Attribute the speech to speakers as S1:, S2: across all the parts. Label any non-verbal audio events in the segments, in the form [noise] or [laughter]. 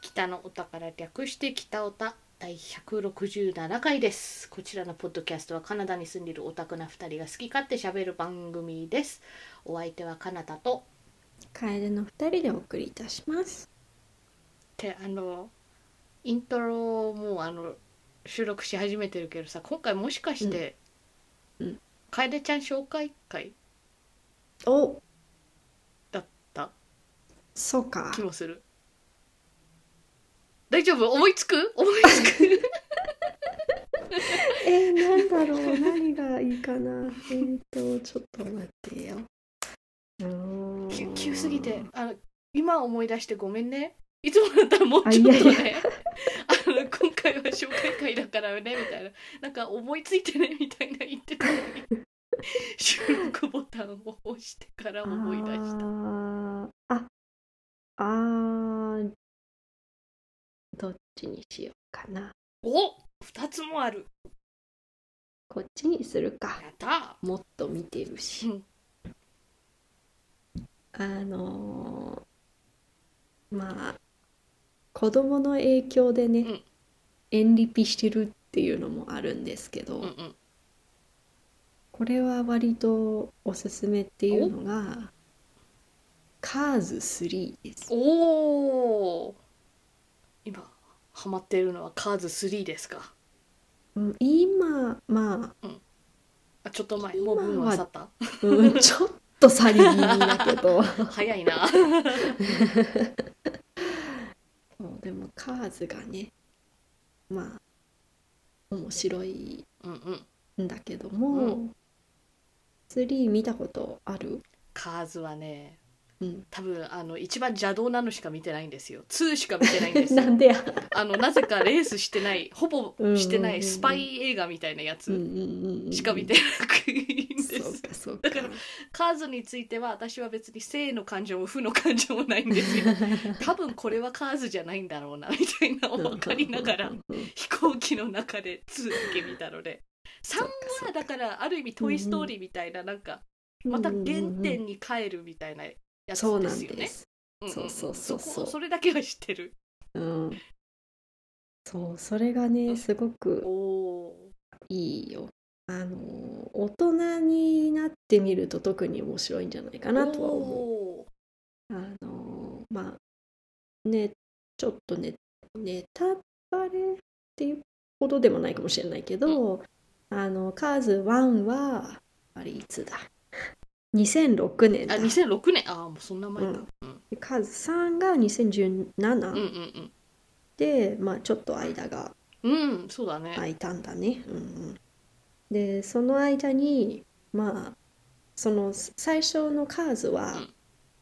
S1: 北のお宝略して北おた第167回ですこちらのポッドキャストはカナダに住んでいるオタクな2人が好き勝手しゃべる番組ですお相手はカナダと
S2: カエルの二人でお送りいたします。
S1: ってあのイントロもうあの収録し始めてるけどさ今回もしかして、
S2: うんうん
S1: 楓ちゃん紹介会
S2: お、
S1: だった
S2: そうか
S1: 気。もする大丈夫思いつく思いつく
S2: えー、なんだろう、何がいいかな。えーと、ちょっと待ってよ。うーん
S1: 急急すぎて。あの今思い出してごめんねいつもだったらもうちょっと
S2: あ
S1: ね
S2: いやい
S1: [laughs] あの今回は紹介会だからねみたいななんか思いついてねみたいな言ってたのに収録ボタンを押してから
S2: あ
S1: 思い出した
S2: ーあ、あー、どっちにしようかな。
S1: お二つもある
S2: こっちにするか
S1: や。った
S2: もっと見てる
S1: う
S2: し
S1: ん。
S2: あのーまあ、子供の影響でね、
S1: うん
S2: 縁リピしてるっていうのもあるんですけど、
S1: うんうん
S2: これは割とおすすめっていうのが、カーズ3です。
S1: おお今ハマってるのはカーズ3ですか
S2: うん今、ま
S1: あちょっと前もうブームは去った
S2: あ、
S1: [laughs]
S2: うん、ちょっと去り気味だけど、 [laughs]
S1: 早いな
S2: そうでもカーズがね、まあ、面白い
S1: うんうん
S2: んだけども、
S1: う
S2: 3見たことある
S1: カーズはね
S2: うん。
S1: 多分あの一番邪道なのしか見てないんですよ2しか見て [laughs] ないんですよ
S2: [laughs] なんでや。
S1: あのなぜかレースしてないほぼしてな
S2: うんうんうんうん
S1: いスパイ映画みたいなや
S2: うんう
S1: つ
S2: んうんうん
S1: しか見てなくいいんで
S2: そう
S1: す
S2: かそう
S1: だからカーズについては私は別に性の感情も負の感情もないんです
S2: [laughs]
S1: よ多分これはカーズじゃないんだろうなみたいなのを分かりながら
S2: うんうんうん
S1: 飛行機の中で2だけ見たので
S2: そうか
S1: 3はだからある意味「トイ・ストーリー」みたいななんかまた原点に帰るみたいなやつ
S2: そう
S1: で
S2: な
S1: す
S2: ん
S1: よ
S2: で
S1: ね。
S2: す。
S1: うんうん
S2: そうそうそうそう
S1: こそれだけは知ってる。
S2: うん。そう、それがね、すごく
S1: おー
S2: いいよ。あのー、大人になってみると特に面白いんじゃないかなとは思
S1: お
S2: う。あのー、まあ、ね、ちょっとね、ネタバレっていうほどでもないかもしれないけど、あの、カーズ1は、あれいつだ ?2006年
S1: ー
S2: だ
S1: あ。2006年ああもうそんな前か。
S2: う
S1: うんんうん
S2: カーズ3が2017
S1: うんうん
S2: で、まあちょっと間が
S1: うんうんそうだね。
S2: 空いたんだね。うんうん、でその間にまあその最初のカーズは、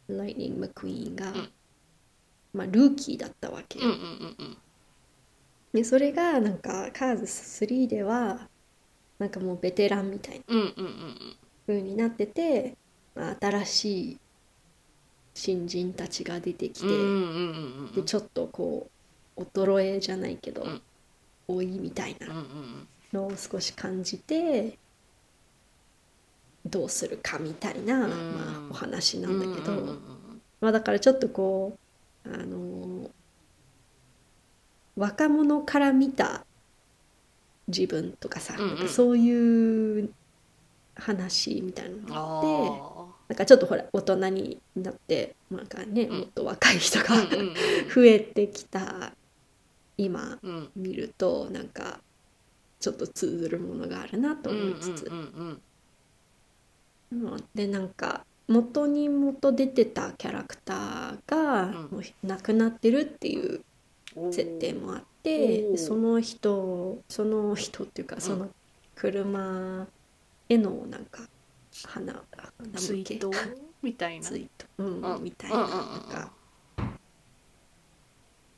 S2: ライニング・マクイーンが、
S1: ん
S2: まあ、ルーキーだったわけ。
S1: うんうんうんうん。
S2: でそれがなんかカーズ3ではなんかもうベテランみたいな
S1: うんうんうんうん。
S2: 風になってて、まあ、新しい新人たちが出てきて、
S1: うんうんうんうんう
S2: で
S1: ん
S2: ちょっとこう衰えじゃないけど、
S1: うん
S2: 老いみたいな
S1: うんうん
S2: のを少し感じてどうするかみたいな、
S1: うん
S2: まあ、お話
S1: う
S2: なんんだけど、
S1: うんうんうん
S2: まあ、だからちょっとこう、あのー若者から見た自分とかさ、
S1: うんうん
S2: なんかそういう話みたいなの
S1: うん
S2: が
S1: あ
S2: あってなんかちょっとほら大人になってなんかね、
S1: うん
S2: もっと若い人が
S1: ーうんうん
S2: 増えてきた今
S1: うんうん
S2: 見るとなんかちょっと通ずるものがあるなと思いつつ、
S1: うんうんうんうん
S2: うんでなんか元に元出てたキャラクターが
S1: うん
S2: もう亡くなってるっていう
S1: おー
S2: 設定もあって、
S1: おー
S2: でその人その人っていうかその車へのなんか花なんだっけ
S1: ツイートみたいな。
S2: ツイート、うん
S1: うん
S2: みたいななん
S1: うんうんうんうん
S2: か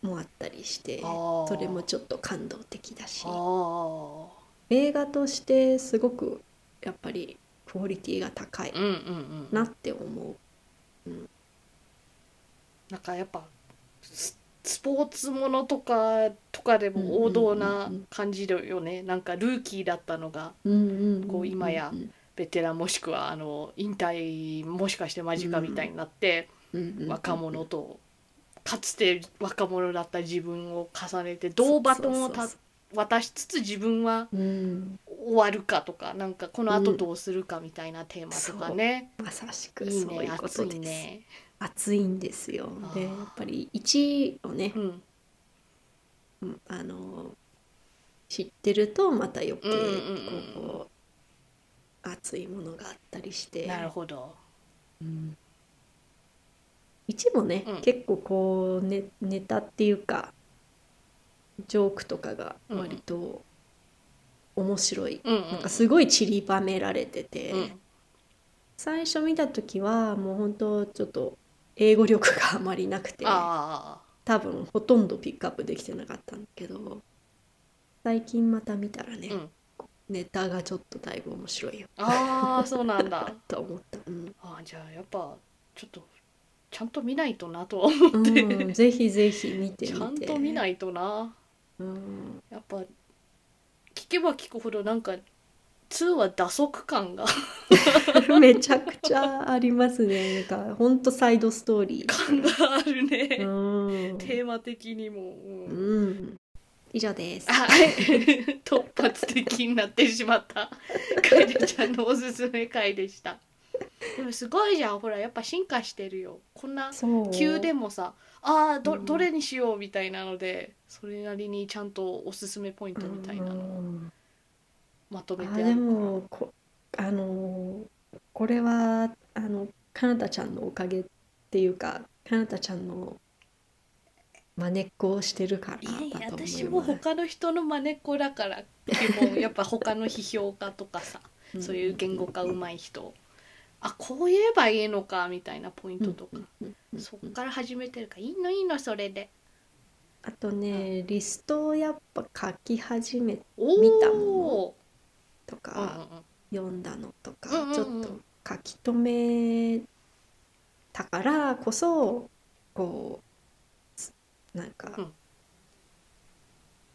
S2: もあったりして
S1: あー
S2: それもちょっと感動的だし
S1: あ。あ。
S2: 映画としてすごくやっぱりクオリティが高い
S1: うんうんうん。
S2: なって思う。
S1: なんかやっぱススポーツものとかとかでも王道な感じだよね、なんかルーキーだったのが
S2: うんうんうん
S1: こう今やベテランもしくはあの引退もしかして間近みたいになって、若者とかつて若者だった自分を重ねてどうバトンをた
S2: そうそう
S1: 渡しつつ自分は
S2: そううん
S1: 終わるかとかなんかこの後どうするかみたいなテーマとかね、
S2: まさしく
S1: いい
S2: そうい
S1: ね
S2: うこ
S1: 熱
S2: とです。
S1: いね
S2: 熱いんですよ
S1: あ。ー
S2: でやっぱり1をね
S1: う、ん
S2: うんあの知ってるとまた余計
S1: うんうんうん
S2: こう熱いものがあったりして、
S1: なるほど
S2: うん、1もね、
S1: うん
S2: 結構こうねネタっていうかジョークとかが割と面白い、
S1: うんうん
S2: なんかすごい散りばめられてて、
S1: うん
S2: 最初見た時はもう本当ちょっと英語力があまりなくて。
S1: あ
S2: 多分ほとんどピックアップできてなかったんだけど最近また見たらね、
S1: うん
S2: ネタがちょっとだいぶ面白いよ
S1: あああそうなんだ
S2: と思った、うん
S1: あーじゃあやっぱちょっとちゃんと見ないとなとは思う
S2: うん、ぜひぜひ見てみて、
S1: ちゃんと見ないいとな
S2: うん、
S1: やっぱ聞けば聞くほどなんか2は打足感が
S2: [laughs] めちゃくちゃありますねなんかほんとサイドストーリ
S1: 感があるね、
S2: ーうん、
S1: テーマ的にも、うん
S2: うん、以上です
S1: あ [laughs] はい突発的になってしまった楓ちゃんのおすすめ回でしたでもすごいじゃんほらやっぱ進化してるよこんな
S2: そう
S1: 急でもさあーど
S2: うん
S1: どれにしようみたいなのでそれなりにちゃんとおすすめポイントみたいなの
S2: う
S1: を
S2: ん
S1: まとめて
S2: あでもこあのーこれはあのかなたちゃんのおかげっていうかかなたちゃんの真似っこをしてるから
S1: いやいや
S2: だと思い
S1: 私も
S2: ます
S1: 他の人の真似っこだから基本やっぱ他の批評家とか
S2: [laughs]
S1: さ
S2: ん
S1: そういう言語化うまい人あこう言えばいいのかみたいなポイントとか、
S2: うんうん
S1: そっから始めてるからいいのいいのそれで
S2: あとねリストをやっぱ書き始め
S1: おー
S2: 見たも
S1: う
S2: と
S1: ん
S2: か読んだのとか
S1: うんうんうん
S2: ちょっと書き留めたからこそこうすなんか
S1: うん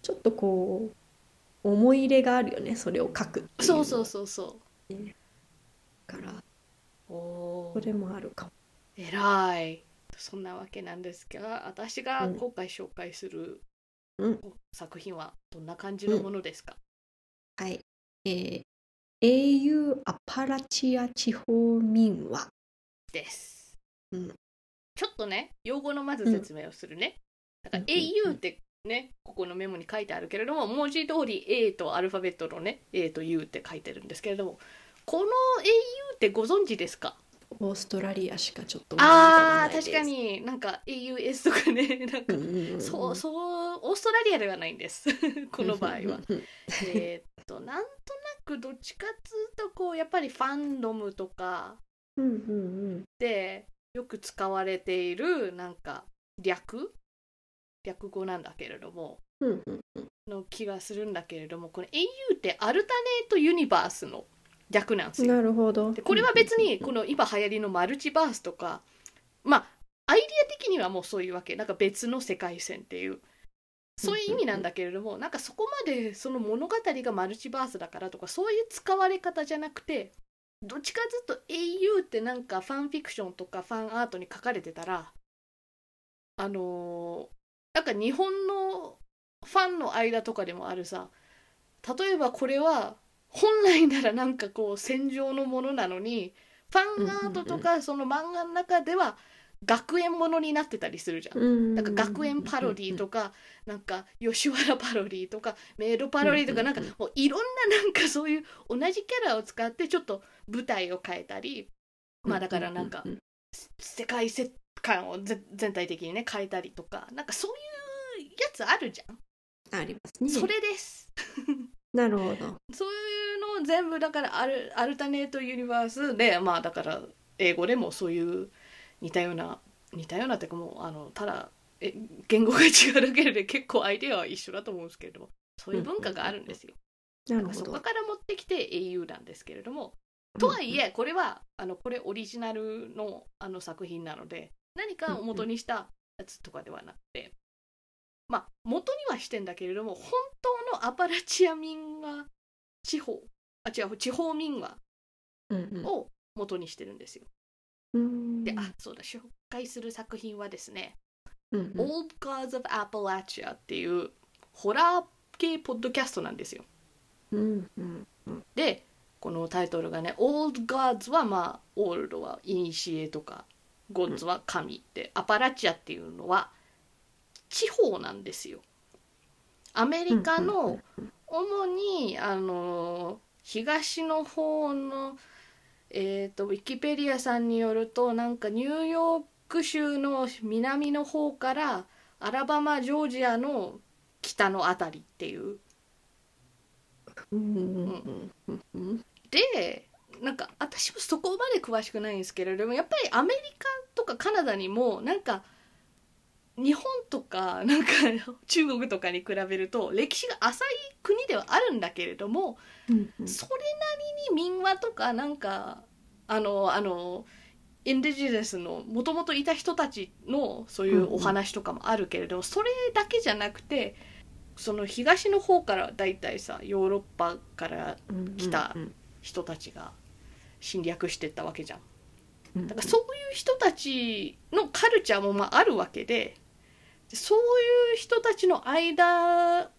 S2: ちょっとこう思い入れがあるよねそれを書くっていう
S1: そうそう
S2: の
S1: そうそ
S2: から
S1: うお
S2: こ
S1: ー
S2: れもあるかも。
S1: えらいそんなわけなんですが私が
S2: うん
S1: 今回紹介する
S2: うん
S1: 作品はどんな感じのものですか、
S2: はい、えー英雄アパラチア地方民話
S1: です、
S2: うん
S1: ちょっとね用語のまず説明をするね、だから
S2: うんうんうん
S1: au ってねここのメモに書いてあるけれども文字通り A とアルファベットのね A と U って書いてるんですけれどもこの au ってご存知ですか
S2: オーストラリアしかちょっと思い浮
S1: あ
S2: ば
S1: ー確かになんか AUS とかねなんか、
S2: ないです。
S1: そ
S2: ん
S1: うそうオーストラリアではないんです [laughs] この場合は。
S2: うんうん
S1: えーっとなんとなくどっちかっつうとこうやっぱりファンドムとか
S2: うんうんうん
S1: でよく使われているなんか略略語なんだけれども
S2: うんうん
S1: の気がするんだけれどもこの au ってアルタネートユニバースの略なんですよ。
S2: なるほど。
S1: でこれは別にこの今流行りのマルチバースとかまあアイデア的にはもうそういうわけなんか別の世界線っていうそういう意味なんだけれどもなんかそこまでその物語がマルチバースだからとかそういう使われ方じゃなくてどっちかずっと au ってなんかファンフィクションとかファンアートに書かれてたらあのーなんか日本のファンの間とかでもあるさ例えばこれは本来ならなんかこう戦場のものなのにファンアートとかその漫画の中では学園ものになってたりするじゃん。
S2: うん
S1: なんか学園パロディとか、なんか吉原パロディとかメイドパロディとか
S2: うん
S1: な
S2: うんん
S1: かもういろんななんかそういう同じキャラを使ってちょっと舞台を変えたりまあだからなんか
S2: うん
S1: 世界観をぜ全体的にね変えたりとかなんかそういうやつあるじゃん、
S2: ありますね。
S1: それです
S2: なるほど。
S1: そういうのを全部だからアルアルタネートユニバースでまあだから英語でもそういう似たような似たようなっていうかもうあのただえ言語が違うだけで結構アイデアは一緒だと思うんですけれどもそういう文化があるんですよ。
S2: なる
S1: まあ
S2: ほ
S1: そこ
S2: ど。
S1: から持ってきて au なんですけれどもとはい
S2: え、
S1: えこれはあのこれオリジナルのあの作品なので何かを元にしたやつとかではなくてまあ元にはしてんだけれども本当のアパラチア民話地方あ違う地方民話
S2: うんうん
S1: を元にしてるんですよ。
S2: うん
S1: であそうだ紹介する作品はですね
S2: うんうん
S1: All Because of Appalachia っていうホラー系ポッドキャストなんですよ。
S2: うんうん
S1: でこのタイトルがね「Old Gods」はまあ「オールド」は「イニシエ」とか「ゴッズ」は「神」で「アパラチア」っていうのは地方なんですよ。アメリカの主にあの東の方のえーとウィキペディアさんによるとなんかニューヨーク州の南の方からアラバマジョージアの北の辺りっていう
S2: うんうんうんうん
S1: でなんか私もそこまで詳しくないんですけれどもやっぱりアメリカとかカナダにもなんか日本とかなんか中国とかに比べると歴史が浅い国ではあるんだけれども
S2: うんうん
S1: それなりに民話とかなんかあのあのインディジネスのもともといた人たちのそういうお話とかもあるけれどもそれだけじゃなくてその東の方からだいたいさヨーロッパから来た
S2: うん
S1: 人たちが侵略してったわけじゃん
S2: うんうん
S1: だからそういう人たちのカルチャーもまああるわけでそういう人たちの間の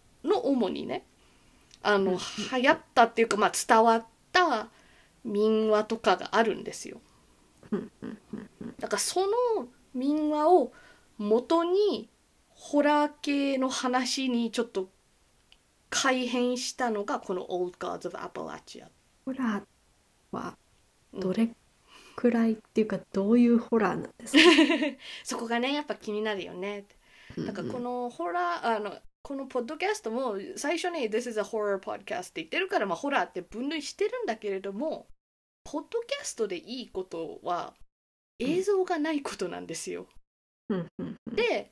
S1: 主にねあ
S2: うんう
S1: の
S2: ん
S1: 流行ったっていうか、まあ、伝わった民話とかがあるんですよ
S2: うんうんうん
S1: だからその民話を元にホラー系の話にちょっと改変したのがこの「Old Gods of Appalachia
S2: ホラーは」
S1: うん
S2: どれくらいっていうかどういうホラーなんですか
S1: [laughs] そこがねやっぱ気になるよねってなんかこのホラーあのこのポッドキャストも最初に「This is a horror podcast」って言ってるから、まあ、ホラーって分類してるんだけれどもポッドキャストでいいことは
S2: ん
S1: 映像がないことなんですよ。
S2: うんうんうん
S1: で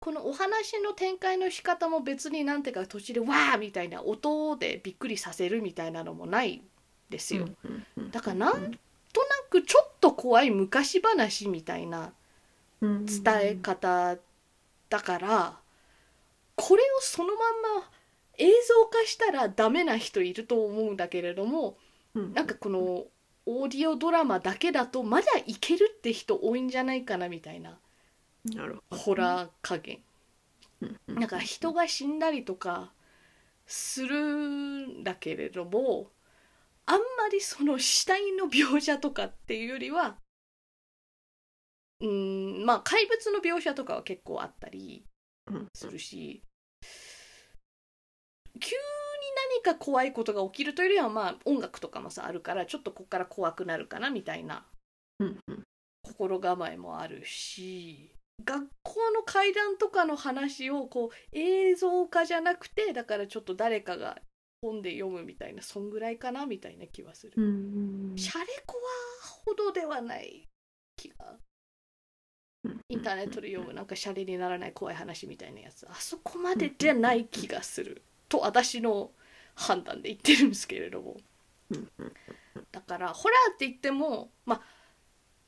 S1: このお話の展開の仕方も別になんていうか途中で「わー!」みたいな音でびっくりさせるみたいなのもないんですよ。
S2: うんうん
S1: だからなんとなくちょっと怖い昔話みたいな
S2: うん
S1: 伝え方だからこれをそのまんま映像化したらダメな人いると思うんだけれども
S2: うん
S1: なんかこのオーディオドラマだけだとまだいけるって人多いんじゃないかなみたいな
S2: なるほど
S1: ホラー加減
S2: うんうん
S1: なんか人が死んだりとかするんだけれどもあんまりその死体の描写とかっていうよりはうーんまあ怪物の描写とかは結構あったり
S2: うん
S1: するし急に何か怖いことが起きるというよりはまあ音楽とかもさあるからちょっとここから怖くなるかなみたいな
S2: うんうん
S1: 心構えもあるし学校の階段とかの話をこう映像化じゃなくてだからちょっと誰かが本で読むみたいなそんぐらいかなみたいな気はする。
S2: うんうん
S1: シャレコアほどではない気がインターネットで読むなんかシャレにならない怖い話みたいなやつあそこまでじゃない気がすると私の判断で言ってるんですけれども
S2: うんうん
S1: だからホラーって言ってもまあ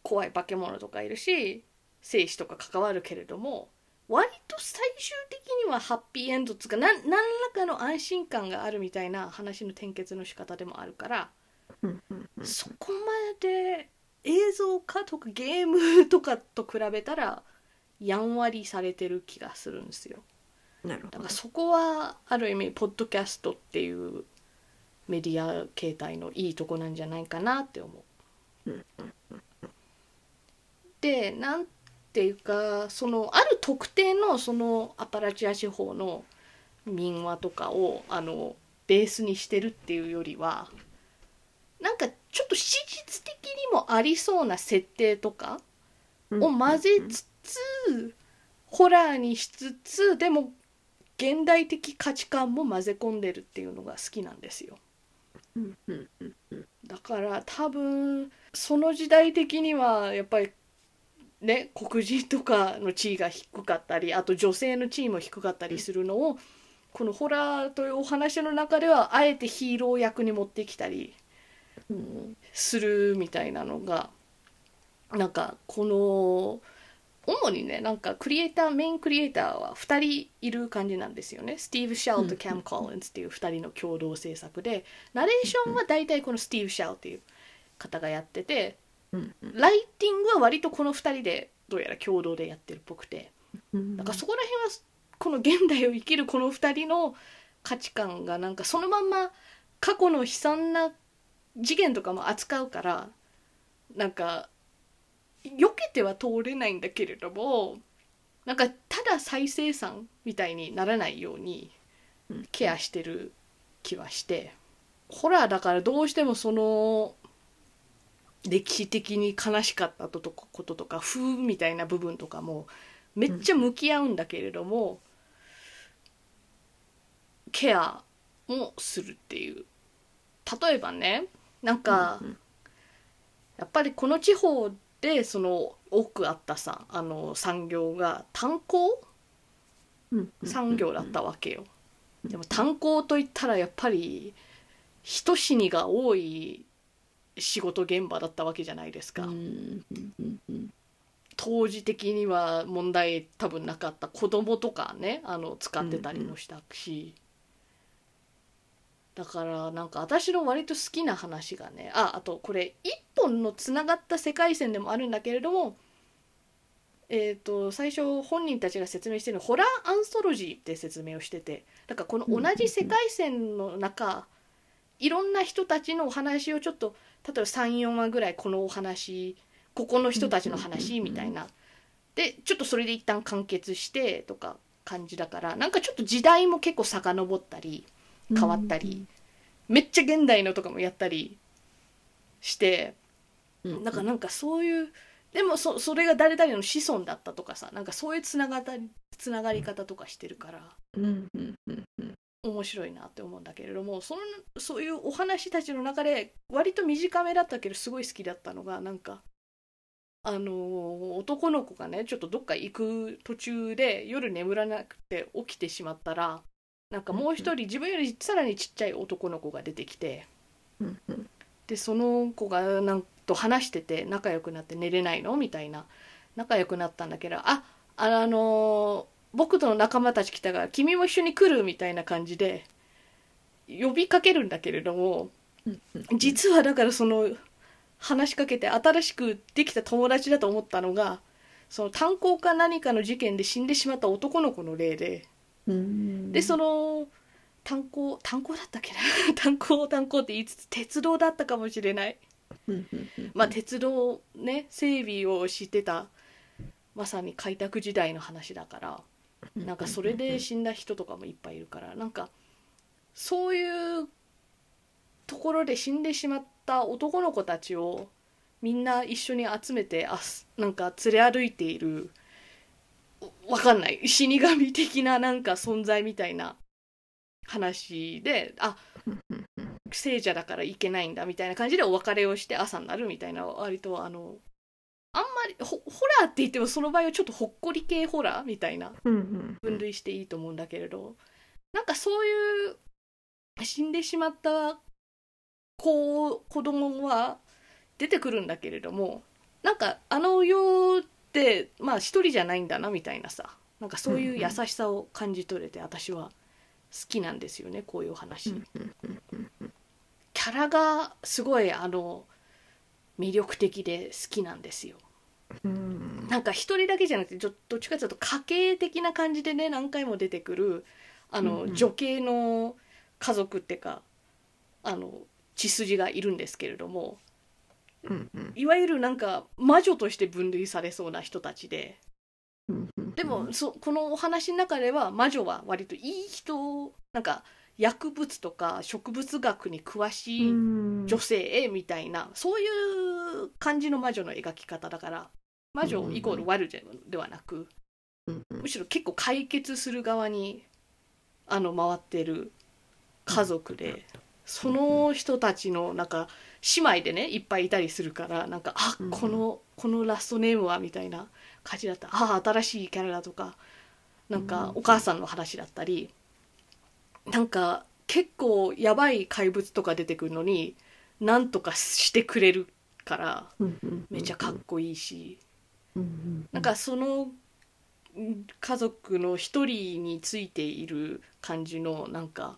S1: 怖い化け物とかいるし生死とか関わるけれども割と最終的にはハッピーエンドつうかなん何らかの安心感があるみたいな話の転結の仕方でもあるから
S2: うんうんうん
S1: そこまで映像化とかゲームとかと比べたらやんわりされてる気がするんですよ
S2: なる
S1: だ
S2: ほ
S1: か
S2: ど
S1: らそこはある意味ポッドキャストっていうメディア形態のいいとこなんじゃないかなって思う。
S2: うん
S1: でなんていうかそのある特定のそのアパラチア地方の民話とかをあのベースにしてるっていうよりはなんかちょっと史実的にもありそうな設定とかを混ぜつつ、ホラーにしつつでも現代的価値観も混ぜ込んでるっていうのが好きなんですよ
S2: うんうんうん
S1: だから多分その時代的にはやっぱりね黒人とかの地位が低かったりあと女性の地位も低かったりするのをこのホラーというお話の中ではあえてヒーロー役に持ってきたり
S2: うん
S1: するみたいなのがなんかこの主にねなんかクリエイターメインクリエイターは2人いる感じなんですよねスティーブ・シャウ
S2: う
S1: と
S2: ん
S1: キャム・コリンズっていう2人の共同制作でナレーションは大体このスティーブ・シャウっていう方がやってて
S2: うんうん
S1: ライティングは割とこの2人でどうやら共同でやってるっぽくて
S2: うん
S1: だからそこら辺はこの現代を生きるこの2人の価値観がなんかそのまんま過去の悲惨な事件とかも扱うからなんか避けては通れないんだけれどもなんかただ再生産みたいにならないように
S2: うん
S1: ケアしてる気はしてホラーだからどうしてもその歴史的に悲しかったこととかこととか風みたいな部分とかもめっちゃ向き合うんだけれども、ケアもするっていう例えばねなんか、
S2: うん
S1: やっぱりこの地方でその多くあったさあの産業が炭鉱
S2: うんうん
S1: 産業だったわけよ、
S2: うん
S1: でも炭鉱といったらやっぱり人死にが多い仕事現場だったわけじゃないですか、
S2: うんうんうんうん
S1: 当時的には問題多分なかった子供とかねあの使ってたりもしたし、だからなんか私の割と好きな話がねああとこれ一本のつながった世界線でもあるんだけれどもえー、と最初本人たちが説明してるのホラーアンソロジーって説明をしててだからこの同じ世界線の中いろんな人たちのお話をちょっと例えば34話ぐらいこのお話ここの人たちの話みたいなでちょっとそれで一旦完結してとか感じだからなんかちょっと時代も結構遡ったり変わったりめっちゃ現代のとかもやったりして
S2: うんうん
S1: なんかなんかそういうでもそそれが誰々の子孫だったとかさなんかそういうつながたつながり方とかしてるから
S2: うんうんうんうん
S1: 面白いなって思うんだけれどもそのそういうお話たちの中で割と短めだったけどすごい好きだったのがなんかあのー男の子がねちょっとどっか行く途中で夜眠らなくて起きてしまったらなんかもう一人自分よりさらにちっちゃい男の子が出てきて
S2: うんうん
S1: でその子がなんと話してて仲良くなって寝れないのみたいな仲良くなったんだけどあああのー僕との仲間たち来たから君も一緒に来るみたいな感じで呼びかけるんだけれども
S2: うんうん
S1: 実はだからその話しかけて新しくできた友達だと思ったのがその炭鉱か何かの事件で死んでしまった男の子の例で。
S2: うん
S1: でその炭鉱炭鉱だったっけな [laughs] 炭鉱炭鉱って言いつつ鉄道だったかもしれない
S2: うんうんうん
S1: まあ鉄道ね整備をしてたまさに開拓時代の話だからなんかそれで死んだ人とかもいっぱいいるからなんかそういうところで死んでしまった男の子たちをみんな一緒に集めてあすなんか連れ歩いているおわかんない死神的ななんか存在みたいな話であ
S2: うんうんうん
S1: 聖者だから行けないんだみたいな感じでお別れをして朝になるみたいな割とあのあんまりホホラーって言ってもその場合はちょっとほっこり系ホラーみたいな
S2: うんうん
S1: 分類していいと思うんだけれどなんかそういう死んでしまった子子供は出てくるんだけれどもなんかあの世ってまあ一人じゃないんだなみたいなさなんかそういう優しさを感じ取れて私は好きなんですよねこういうお話。キャラがすごいあの魅力的で好きなんですよ
S2: うん
S1: なんか一人だけじゃなくてちょどっちかというと家系的な感じでね何回も出てくるあの、
S2: うんうん
S1: 女系の家族ってかあの血筋がいるんですけれども
S2: うんうん
S1: いわゆるなんか魔女として分類されそうな人たちで
S2: うんうん
S1: でも、そこのお話の中では魔女は割といい人なんか薬物とか植物学に詳しい女性みたいなそういう感じの魔女の描き方だから魔女イコール悪じゃではなく
S2: うんうん
S1: むしろ結構解決する側にあの回ってる家族でその人たちのなんか姉妹でねいっぱいいたりするからなんかあ
S2: うん
S1: このこのラストネームはみたいな感じだったあ新しいキャラだとかなん
S2: う
S1: か
S2: ん
S1: お母さんの話だったりなんか結構やばい怪物とか出てくるのになんとかしてくれるから
S2: うんうん
S1: めちゃかっこいいし
S2: うんうん
S1: なんかそのん家族の一人についている感じのなんか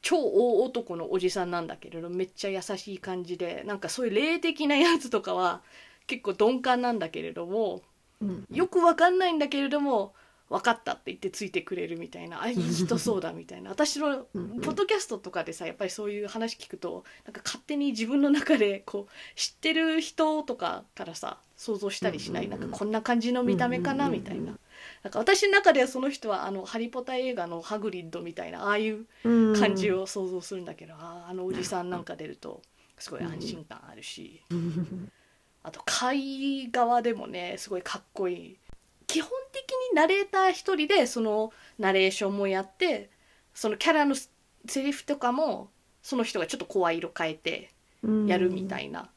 S1: 超大男のおじさんなんだけれどめっちゃ優しい感じでなんかそういう霊的なやつとかは結構鈍感なんだけれども
S2: うん
S1: よくわかんないんだけれども分かったって言ってついてくれるみたいなあいい人そうだみたいな私の
S2: うん
S1: ポッドキャストとかでさやっぱりそういう話聞くとなんか勝手に自分の中でこう知ってる人とかからさ想像したりしない
S2: うんう
S1: なん
S2: んうん
S1: かこんな感じの見た目かな
S2: うんう
S1: み
S2: んうんうん
S1: たいななんか私の中ではその人はあの「ハリポタ」映画のハグリッドみたいなああいう
S2: うん
S1: 感じを想像するんだけど、あーあのおじさんなんか出るとすごい安心感あるし。
S2: うん
S1: あと貝側でもねすごいかっこいい基本的にナレーター一人でそのナレーションもやってそのキャラのセセリフとかもその人がちょっと声色変えてやるみたいな、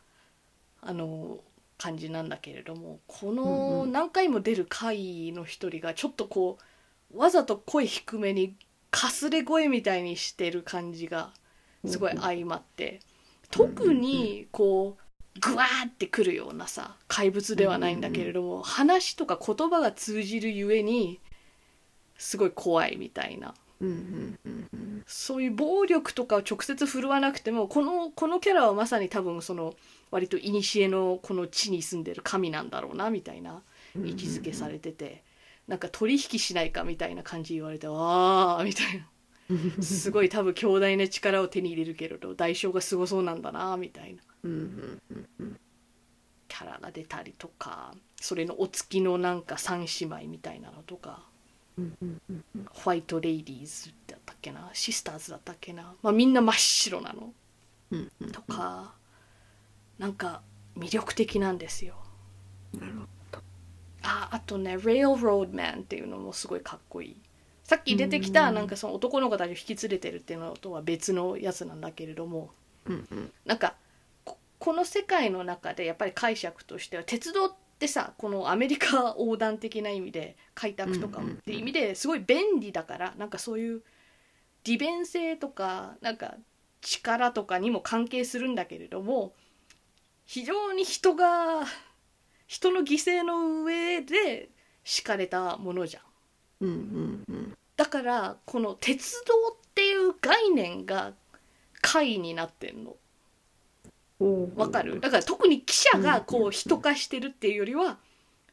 S1: あの感じなんだけれどもこ
S2: うん
S1: の
S2: うん
S1: 何回も出る回の一人がちょっとこうわざと声低めにかすれ声みたいにしてる感じがすごい相まって特にこうグワーってくるようなさ怪物ではないんだけれども話とか言葉が通じるゆえにすごい怖いみたいな
S2: うんうんうん
S1: そういう暴力とかを直接振るわなくてもこのこのキャラはまさに多分その割と古のこの地に住んでる神なんだろうなみたいな
S2: うん
S1: 位置づけされててなんか取引しないかみたいな感じ言われてああみたい
S2: [laughs]
S1: な。すごい多分強大な力を手に入れるけれど代償がすごそうなんだなみたいな
S2: うんうんうんうん
S1: キャラが出たりとかそれのお付きのなんか三姉妹みたいなのとか
S2: うんうんうんうん
S1: ホワイトレイディーズだったっけなシスターズだったっけな、まあ、みんな真っ白なの
S2: うんうん
S1: とかなんか魅力的なんですよ
S2: なるほど
S1: ああとね「Railroad Man」っていうのもすごいかっこいいさっき出てきた
S2: うん
S1: なんかその男の子たちを引き連れてるっていうのとは別のやつなんだけれども
S2: うんうん
S1: なんかここの世界の中でやっぱり解釈としては鉄道ってさこのアメリカ横断的な意味で開拓とか
S2: うんうんうん
S1: って意味ですごい便利だからなんかそういう利便性とかなんか力とかにも関係するんだけれども非常に人が人の犠牲の上で敷かれたものじゃん。
S2: うんうんうん
S1: だからこの鉄道っていう概念が解になってんの。
S2: おー
S1: わかるだから特に記者がこう人化してるっていうよりは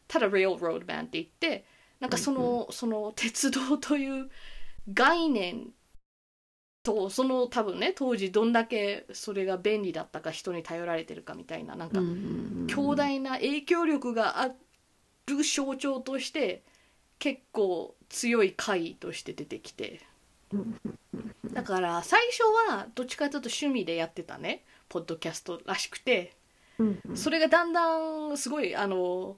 S1: ただ Railroad Man って言ってなんかそのその鉄道という概念とその多分ね当時どんだけそれが便利だったか人に頼られてるかみたいななん
S2: う
S1: か
S2: んうんうん
S1: 強大な影響力がある象徴として結構強い会として出てきて
S2: うん
S1: だから最初はどっちかというと趣味でやってたねポッドキャストらしくて
S2: うんうん
S1: それがだんだんすごいあの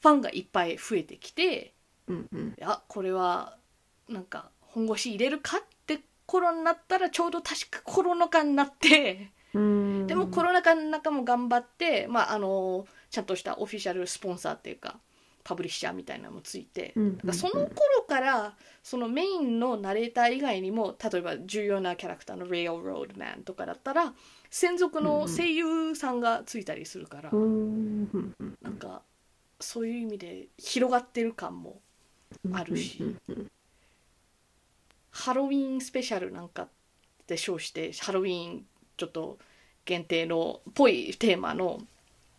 S1: ファンがいっぱい増えてきて
S2: うんうん
S1: あこれはなんか本腰入れるかって頃になったらちょうど確かコロナ禍になって
S2: うん
S1: でもコロナ禍の中も頑張って、まあ、あのちゃんとしたオフィシャルスポンサーっていうかパブリッシャーみたいなのもついて。
S2: うんうん
S1: だからその頃からそのメインのナレーター以外にも例えば重要なキャラクターの「Railroad Man」とかだったら専属の声優さんがついたりするから、
S2: うんうんうん
S1: なんかそういう意味で広がってる感もあるし
S2: うんうん
S1: ハロウィンスペシャルなんかで称してハロウィンちょっと限定のっぽいテーマの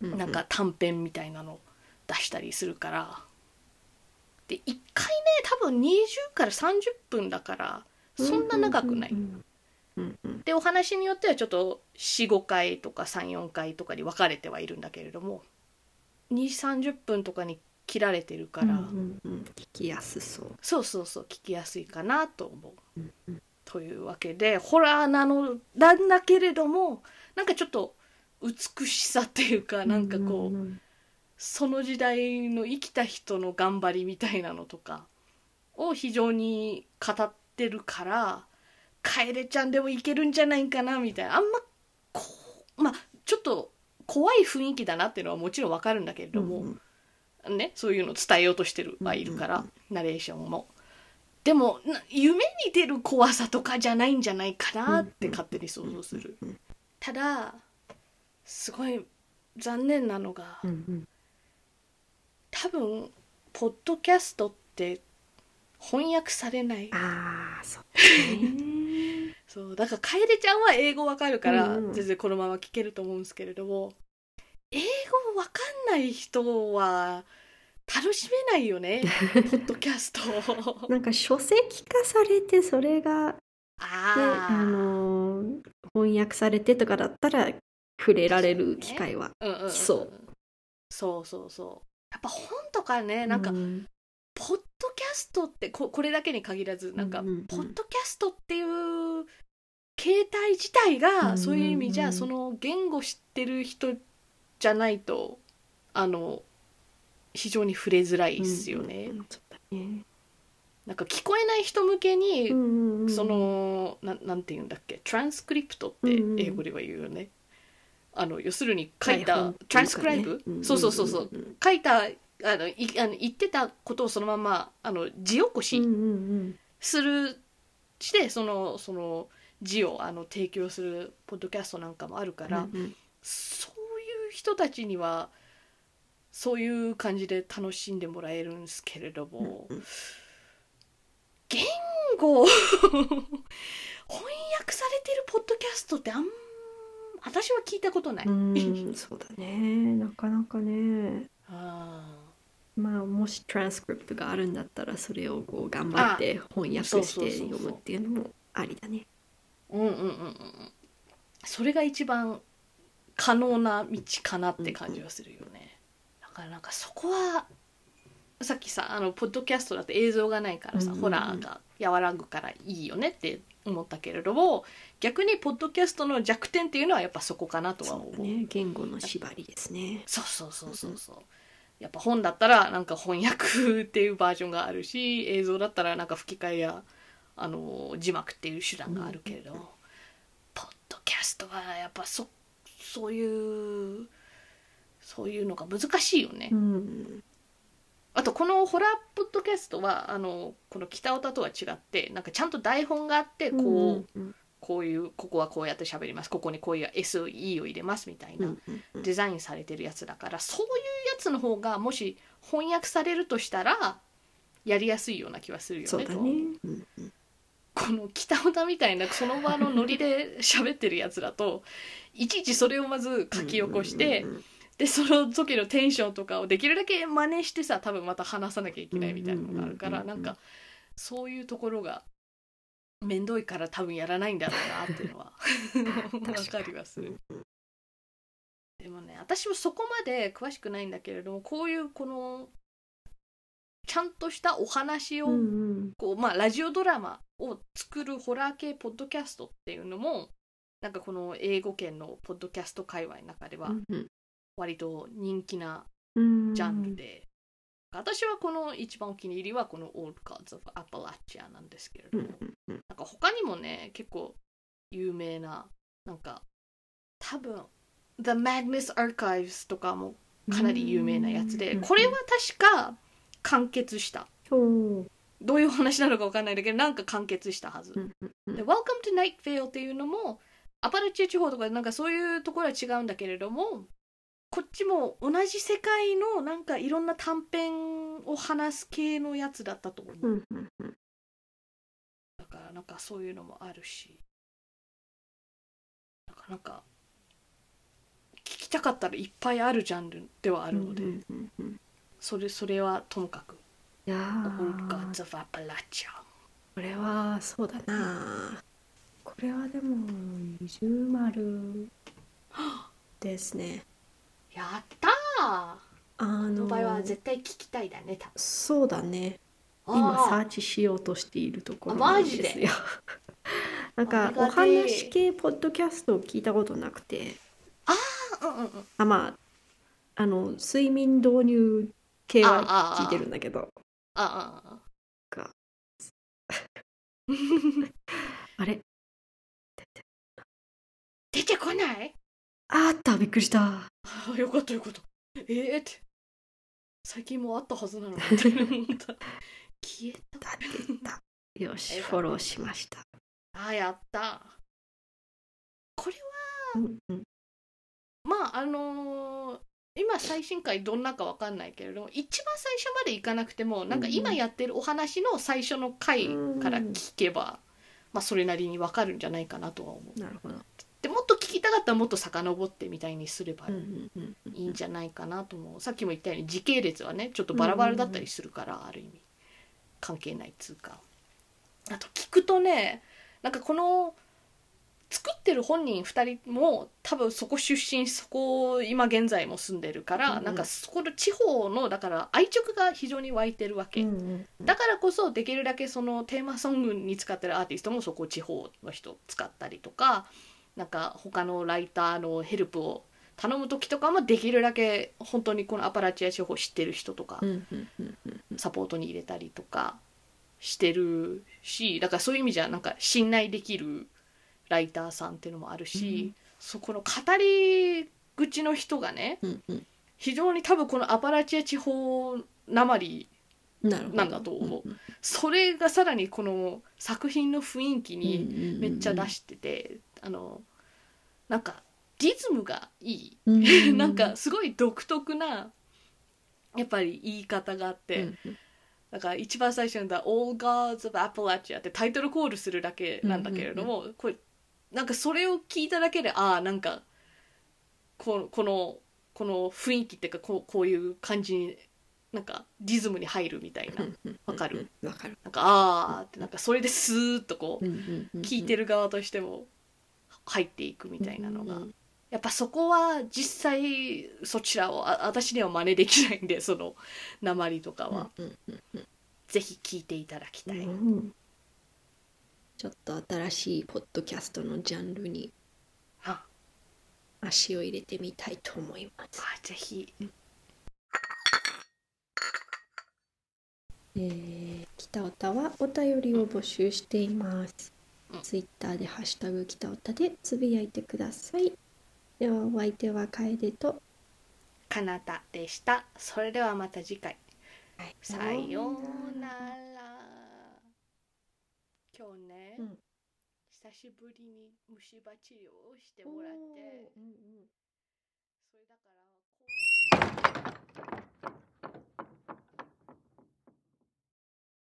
S2: うう
S1: なんか短編みたいなの出したりするからで1回ね多分20から30分だからそんな長くない。
S2: うんうんうん
S1: でお話によってはちょっと45回とか34回とかに分かれてはいるんだけれども2 3 0分とかに切られてるから、
S2: うんうんうん聞きやすそう
S1: そうそうそう聞きやすいかなと思う。
S2: うんうん
S1: というわけでホラーなのなんだけれどもなんかちょっと美しさっていうかなんかこう、
S2: んん
S1: その時代の生きた人の頑張りみたいなのとかを非常に語ってるから楓ちゃんでもいけるんじゃないかなみたいなあんまこうまあちょっと怖い雰囲気だなっていうのはもちろんわかるんだけれども、
S2: うん
S1: ね、そういうのを伝えようとしてるはいるから、ナレーションも。でもな夢に出る怖さとかじゃないんじゃないかなって勝手に想像する
S2: うんうん。
S1: ただすごい残念なのが
S2: うんうん
S1: 多分ポッドキャストって翻訳されない
S2: ああそうね
S1: そうだから楓ちゃんは英語わかるから、
S2: うんうん
S1: 全然このまま聞けると思うんですけれども英語わかんない人は楽しめないよ
S2: [laughs]
S1: ねポッドキャスト
S2: なんか書籍化されてそれが、ね、
S1: あ
S2: あのー翻訳されてとかだったら触れられる機会は。
S1: うんうんうんうん
S2: 来そう
S1: そうそうそうやっぱ本とかねなんか、
S2: うん
S1: ポッドキャストってここれだけに限らずなんか、
S2: うんうんうん
S1: ポッドキャストっていう携帯自体が、
S2: うん
S1: そういう意味じ
S2: う
S1: ゃ
S2: ん
S1: その言語知ってる人じゃないとあの非常に触れづらいですよね、
S2: うんそうだね
S1: なんか聞こえない人向けに、
S2: うんうんうん
S1: そのななんて言うんだっけトランスクリプトって
S2: うんうん
S1: 英語では言うよね、あの要するに書い
S2: 台
S1: た、
S2: 本っていうかね
S1: トランスクライブ、
S2: んんん
S1: そうそうそうそう
S2: うんうん
S1: 書いたあのいあの言ってたことをそのままあの字起こし
S2: うん
S1: するしてそのその字をあの提供するポッドキャストなんかもあるから、
S2: うんうん
S1: そういう人たちにはそういう感じで楽しんでもらえるんですけれども、
S2: うんうん
S1: 言語を [laughs] 翻訳されてるポッドキャストってあん私は聞いたことない。
S2: うん、そうだね。なかなかね。
S1: あー
S2: まあ、もしトランスクリプトがあるんだったら、それをこう頑張って翻訳
S1: そう
S2: し
S1: そうそう
S2: て
S1: そう
S2: 読むっていうのもありだね。
S1: うんうんうんうんうんそれが一番可能な道かなって感じはするよね、だからなんかそこはさっきさあのポッドキャストだと映像がないからさ、
S2: うんうんうん
S1: ホラーが和らぐからいいよねって思ったけれども逆にポッドキャストの弱点っていうのはやっぱそこかなとは思
S2: そううだね。言語の縛りですね。
S1: そうそうそうそうそうやっぱ本だったらなんか翻訳っていうバージョンがあるし映像だったらなんか吹き替えやあの字幕っていう手段があるけれど、ポッドキャストはやっぱそそういうそういうのが難しいよね、
S2: うん。
S1: あとこのホラーポッドキャストはあのこの北オタとは違ってなんかちゃんと台本があってこう、
S2: うんうん
S1: こういうここはこうやって喋りますここにこういう SE を入れますみたいな、
S2: うんうんうん
S1: デザインされてるやつだからそういうやつの方がもし翻訳されるとしたらやりやすいような気はするよ
S2: そう
S1: ね
S2: だ
S1: と
S2: ね。うんうん
S1: この北尾田みたいなその場のノリで喋ってるやつだといちいちそれをまず書き起こして、
S2: うんうんうん
S1: でその時のテンションとかをできるだけ真似してさ多分また話さなきゃいけないみたいなのがあるから、
S2: うんうんうんうん
S1: なんかそういうところが面倒いから多分やらないんだろうなっていう
S2: [laughs]
S1: のは
S2: 確かに
S1: 分かります
S2: うんうん
S1: でもね私もそこまで詳しくないんだけれどもこういうこのちゃんとしたお話を、
S2: うんうん
S1: こうまあ、ラジオドラマを作るホラー系ポッドキャストっていうのもなんかこの英語圏のポッドキャスト界隈の中では
S2: うん
S1: 割と人気な
S2: うん
S1: ジャンルで、私はこの一番お気に入りはこの Old Gods of Appalachia なんですけれ
S2: う
S1: ど
S2: ん
S1: も、
S2: うんうん
S1: なんか他にもね結構有名ななんか多分 The Magnus Archives とかもかなり有名なやつで、
S2: うん
S1: これは確か完結した
S2: そう
S1: どういうお話なのかわかんないんだけどなんか完結したはず、
S2: うんうんうん
S1: で Welcome to Night Vale っていうのもアパルチア地方とかなんかそういうところは違うんだけれどもこっちも同じ世界のなんかいろんな短編を話す系のやつだったと思う、
S2: うんうんうん
S1: だからなんかそういうのもあるしなかなか聞きたかったらいっぱいあるジャンルではあるので、
S2: うんうんうんうん
S1: それそれはともかく
S2: い
S1: 「
S2: や
S1: オ
S2: ー
S1: ールガーズ・バパラチャ
S2: これはそうだなこれはでも二重丸ですね」
S1: やったー
S2: あ
S1: こ
S2: の
S1: の場合は絶対聞きたいだね多分
S2: そうだね今
S1: あー
S2: サーチしようとしているところ
S1: あ
S2: な
S1: マ
S2: ん
S1: ジ
S2: で
S1: です
S2: よ [laughs] なん
S1: あ
S2: か
S1: り
S2: お
S1: がてえ
S2: 話系ポッドキャストを聞いたことなくて
S1: うんうんうん
S2: あまああの睡眠導入系は聞いてるんだけど
S1: ああ
S2: か
S1: あ
S2: あれ
S1: [laughs] 出てこない
S2: あったびっくりした
S1: ああよかったよかったえー、って最近もあったはずなのに [laughs] って思った消えた
S2: だってたよし
S1: よかった
S2: フォローしました
S1: あーやったこれ
S2: うんうん
S1: はまああのー今最新回どんなかわかんないけれども一番最初までいかなくてもなんか今やってるお話の最初の回から聞けば、まあそれなりにわかるんじゃないかなとは思う
S2: なるほど
S1: でもっと聞きたかっったらもっと遡ってみたいにすれば
S2: うんうんうんうん
S1: いいんじゃないかなと思う、さっきも言ったように時系列はねちょっとバラバラだったりするから、ある意味関係ないっつうかあと聞くとねなんかこの作ってる本人2人も多分そこ出身そこ今現在も住んでるから、
S2: うん
S1: なんかそこの地方のだから愛着が非常に湧いてるわけ、
S2: うんうんうん
S1: だからこそできるだけそのテーマソングに使ってるアーティストもそこ地方の人使ったりとかなんか他のライターのヘルプを頼む時とかもできるだけ本当にこのアパラチア地方知ってる人とか
S2: うんうんうんうん
S1: サポートに入れたりとかしてるしだからそういう意味じゃなんか信頼できるライターさんっていうのもあるし、そこの語り口の人がね
S2: うんうん
S1: 非常に多分このアパラチア地方なまり
S2: なるほど
S1: なんだと思
S2: うんうん
S1: それがさらにこの作品の雰囲気に
S2: うんうんうん
S1: めっちゃ出してて、あのなんかリズムがいい、
S2: うんうん
S1: [laughs] なんかすごい独特なやっぱり言い方があって、
S2: うんうん
S1: なんか一番最初に言った「All Gods of Appalachia」ってタイトルコールするだけなんだけれども、これなんかそれを聞いただけでああなんかこのこのこの雰囲気っていうかこうこういう感じになんかリズムに入るみたいな。
S2: うんうんうん
S1: わかる
S2: わかる
S1: なんかあーってなんかそれでスーッとこう聞いて
S2: る
S1: る側としても入っていくみたいなのがやっぱそこは実際そちらをあ私には真似できないんでその鉛とかは
S2: うんうん
S1: ぜひ聞いていただきたい、
S2: うんちょっと新しいポッドキャストのジャンルに
S1: あ
S2: 足を入れてみたいと思います。
S1: あぜひ
S2: えー、北オタはお便りを募集しています
S1: うん。
S2: ツイッターでハッシュタグ北オタでつぶやいてください。ではお相手は楓と
S1: かなたでしたそれではまた次回さようなら今日ね、
S2: うん
S1: 久しぶりに虫歯治療をしてもらって
S2: おーうんうん
S1: それだから